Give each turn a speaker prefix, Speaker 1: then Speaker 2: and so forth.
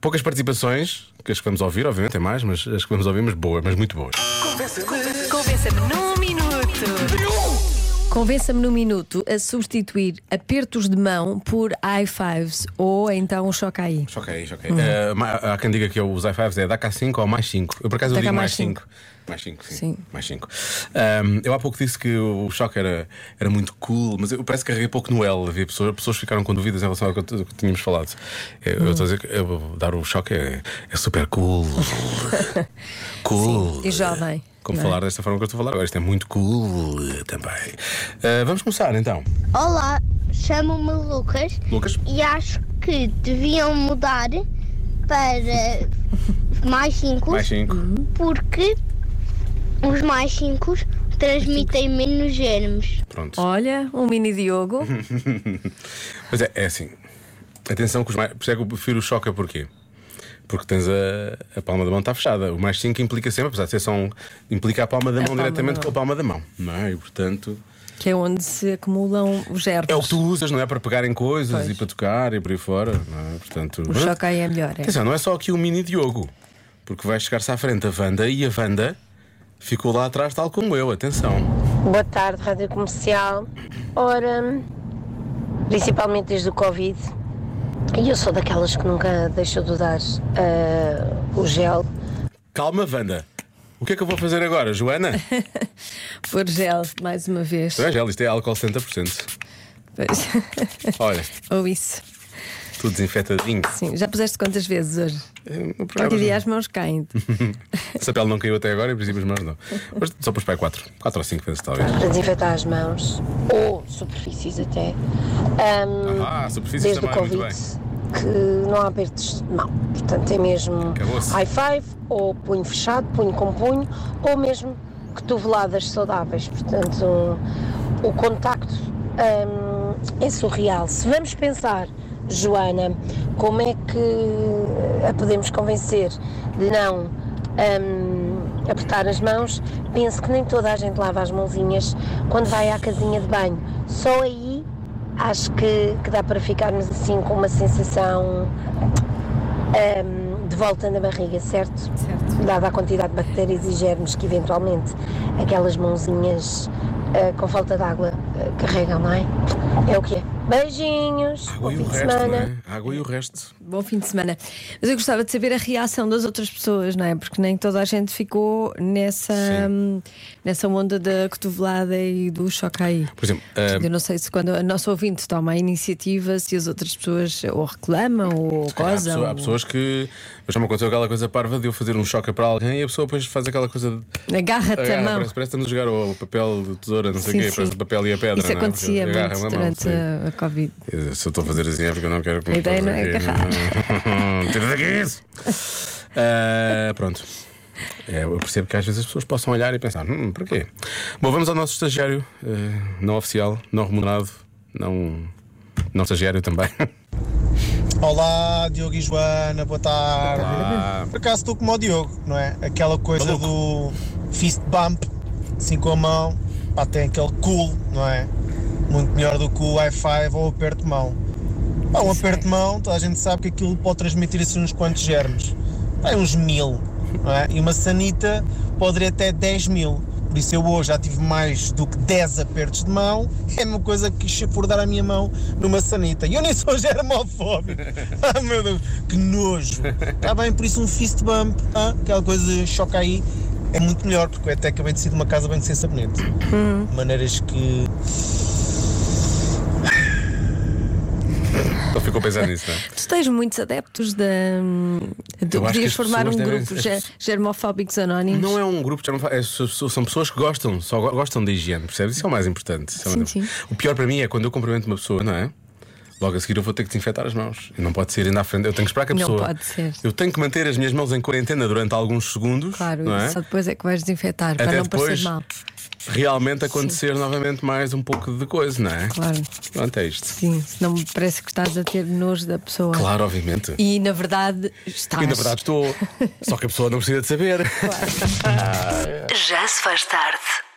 Speaker 1: Poucas participações, que as que vamos ouvir, obviamente, tem mais, mas as que vamos ouvir, mas boas, mas muito boas.
Speaker 2: Convença-me num minuto.
Speaker 3: Convença-me num minuto a substituir apertos de mão por high fives ou então um choque aí.
Speaker 1: Choquei, choquei.
Speaker 3: Uhum.
Speaker 1: Eh, ma- há quem diga que eu, os i5s é dá cá 5 ou mais 5. Eu por acaso eu
Speaker 3: Dá cá
Speaker 1: digo
Speaker 3: mais
Speaker 1: mais 5. Mais 5, sim.
Speaker 3: Sim.
Speaker 1: Mais 5. eu há pouco disse que o choque era, era muito cool, mas eu parece que carreguei pouco no L. Havia pessoas, pessoas que ficaram com dúvidas em relação ao que, eu- que tínhamos falado. Eh, Eu estou a dizer que eu vou dar o choque é, é super cool. cool.
Speaker 3: e jovem,
Speaker 1: Como
Speaker 3: não é?
Speaker 1: falar desta forma que eu estou a falar agora, isto é muito cool também. Eh, vamos começar então.
Speaker 4: Olá, chamo-me Lucas
Speaker 1: Lucas?
Speaker 4: e acho que deviam mudar para mais 5
Speaker 1: Mais 5.
Speaker 4: porque os mais 5 transmitem menos germes.
Speaker 1: Pronto.
Speaker 3: Olha, um mini Diogo.
Speaker 1: Pois é, é assim. Atenção que os mais. Por isso é que eu prefiro o choca porquê? Porque tens a, a palma da mão está fechada. O mais 5 implica sempre, apesar de ser só um, implica a palma da mão
Speaker 3: palma
Speaker 1: diretamente
Speaker 3: da
Speaker 1: com a palma da mão. Não é? E portanto.
Speaker 3: Que é onde se acumulam os germes.
Speaker 1: É o que tu usas, não é? Para pegarem coisas
Speaker 3: Pois.
Speaker 1: e para tocar e por aí fora. Não é? Portanto.
Speaker 3: O choque aí é melhor. É.
Speaker 1: Atenção, não é só aqui o mini Diogo. Porque vai chegar-se à frente a Wanda e a Wanda ficou lá atrás, tal como eu. Atenção.
Speaker 5: Boa tarde, Rádio Comercial. Ora, principalmente desde o Covid, e eu sou daquelas que nunca deixou de usar ah, o gel.
Speaker 1: Calma, Wanda. O que é que eu vou fazer agora, Joana?
Speaker 3: Por gel, mais uma vez.
Speaker 1: Não é gel, isto é álcool 70%.
Speaker 3: Pois.
Speaker 1: Olha,
Speaker 3: ou isso.
Speaker 1: tudo desinfetadinho.
Speaker 3: Sim, já puseste quantas vezes hoje? Qualquer dia
Speaker 1: Se
Speaker 3: as mãos caem.
Speaker 1: a pele não caiu até agora, em princípio as mãos não. Mas só pus para 4. 4 ou 5 vezes, talvez.
Speaker 5: Para desinfetar as mãos, ou superfícies até, ah,
Speaker 1: Ah, superfícies
Speaker 5: desde o
Speaker 1: também, muito
Speaker 5: Covid,
Speaker 1: bem.
Speaker 5: que não há apertos de mão. Portanto, é mesmo
Speaker 1: Acabou-se.
Speaker 5: high five, ou punho fechado, punho com punho, ou mesmo cotoveladas saudáveis. Portanto, um, o contacto hum, é surreal. Se vamos pensar, Joana, como é que a podemos convencer de não hum, apertar as mãos, penso que nem toda a gente lava as mãozinhas quando vai à casinha de banho. Só aí acho que, que dá para ficarmos assim com uma sensação hum, de volta na barriga, certo?
Speaker 3: Certo.
Speaker 5: Dada a quantidade de bactérias e germes que eventualmente aquelas mãozinhas ah, com falta de água ah, carregam, não é? É o que é. Beijinhos, bom
Speaker 1: Água e
Speaker 5: fim
Speaker 1: o
Speaker 5: de
Speaker 1: resto, não
Speaker 5: semana.
Speaker 1: é? Água e o resto.
Speaker 3: Bom fim de semana. Mas eu gostava de saber a reação das outras pessoas, não é? Porque nem toda a gente ficou nessa, hum, nessa onda da cotovelada e do choque aí.
Speaker 1: Por exemplo,
Speaker 3: Portanto,
Speaker 1: ah,
Speaker 3: Eu não sei se quando a nossa ouvinte toma a iniciativa, se as outras pessoas ou reclamam ou
Speaker 1: Há,
Speaker 3: gozam.
Speaker 1: pessoa- há pessoas que. Mas já me aconteceu aquela coisa parva de eu fazer um choque para alguém e a pessoa depois faz aquela coisa. de-
Speaker 3: Agarra-te a
Speaker 1: Agarra,
Speaker 3: mão.
Speaker 1: parece, parece que estamos a jogar o papel de tesoura, não sei o
Speaker 3: Sim,
Speaker 1: quê,
Speaker 3: sim.
Speaker 1: parece o papel e a pedra.
Speaker 3: Isso
Speaker 1: não é?
Speaker 3: acontecia
Speaker 1: Porque agarra
Speaker 3: muito
Speaker 1: uma mão,
Speaker 3: durante
Speaker 1: sim.
Speaker 3: a, a Covid.
Speaker 1: Se eu estou a fazer assim é porque eu não quero que
Speaker 3: A ideia não é agarrar.
Speaker 1: Tira daqui isso! Ah, pronto. É, eu percebo que às vezes as pessoas possam olhar e pensar: hum, para quê? Bom, vamos ao nosso estagiário, eh, não oficial, não remunerado, não, não estagiário também.
Speaker 6: Olá, Diogo e Joana, boa tarde.
Speaker 1: Olá.
Speaker 6: Por acaso estou como o Diogo, não é? Aquela coisa do fist bump, assim com a mão, pá, tem aquele cool, não é? Muito melhor do que o i5 ou o aperto de mão. Pá, um aperto de mão, toda a gente sabe que aquilo pode transmitir assim uns quantos germes. Pá, é uns mil, não é? E uma sanita pode ir até 10 mil. Por isso eu hoje já tive mais do que 10 apertos de mão. É uma coisa que chafurdar a minha mão numa sanita. E eu nem sou germofóbico. Ah, meu Deus, que nojo. Está bem, por isso um fist bump, ah, aquela coisa choca aí. É muito melhor, porque eu até acabei de sair de uma casa bem sem sabonete. De Maneiras que
Speaker 1: Ele ficou pensando nisso, não é?
Speaker 3: Tu tens muitos adeptos da. de-
Speaker 1: Eu acho que
Speaker 3: podias
Speaker 1: as
Speaker 3: formar um
Speaker 1: pessoas devem-
Speaker 3: grupo
Speaker 1: as
Speaker 3: ge-
Speaker 1: pessoas-
Speaker 3: germofóbicos anónimos.
Speaker 1: Não é um grupo, já não fa- é, so- so- são pessoas que gostam, só go- gostam de higiene, percebes? Isso é o mais importante. Isso é o mais
Speaker 3: Sim,
Speaker 1: importante. O pior para mim é quando eu cumprimento uma pessoa, não é? Logo a seguir eu vou ter que desinfetar as mãos. E não pode ser ainda à frente. Eu tenho que esperar que a
Speaker 3: Não
Speaker 1: pessoa.
Speaker 3: pode ser.
Speaker 1: Eu tenho que manter as minhas mãos em quarentena durante alguns segundos.
Speaker 3: Claro,
Speaker 1: não é?
Speaker 3: só depois é que vais desinfetar,
Speaker 1: Até
Speaker 3: para não
Speaker 1: depois
Speaker 3: parecer mal.
Speaker 1: realmente acontecer novamente mais um pouco de coisa, não é?
Speaker 3: Claro,
Speaker 1: Pronto, é isto.
Speaker 3: sim. Não me parece que estás a ter nojo da pessoa.
Speaker 1: Claro, obviamente.
Speaker 3: E na verdade estás.
Speaker 1: E na verdade estou. Só que a pessoa não precisa de saber.
Speaker 2: Já se faz tarde.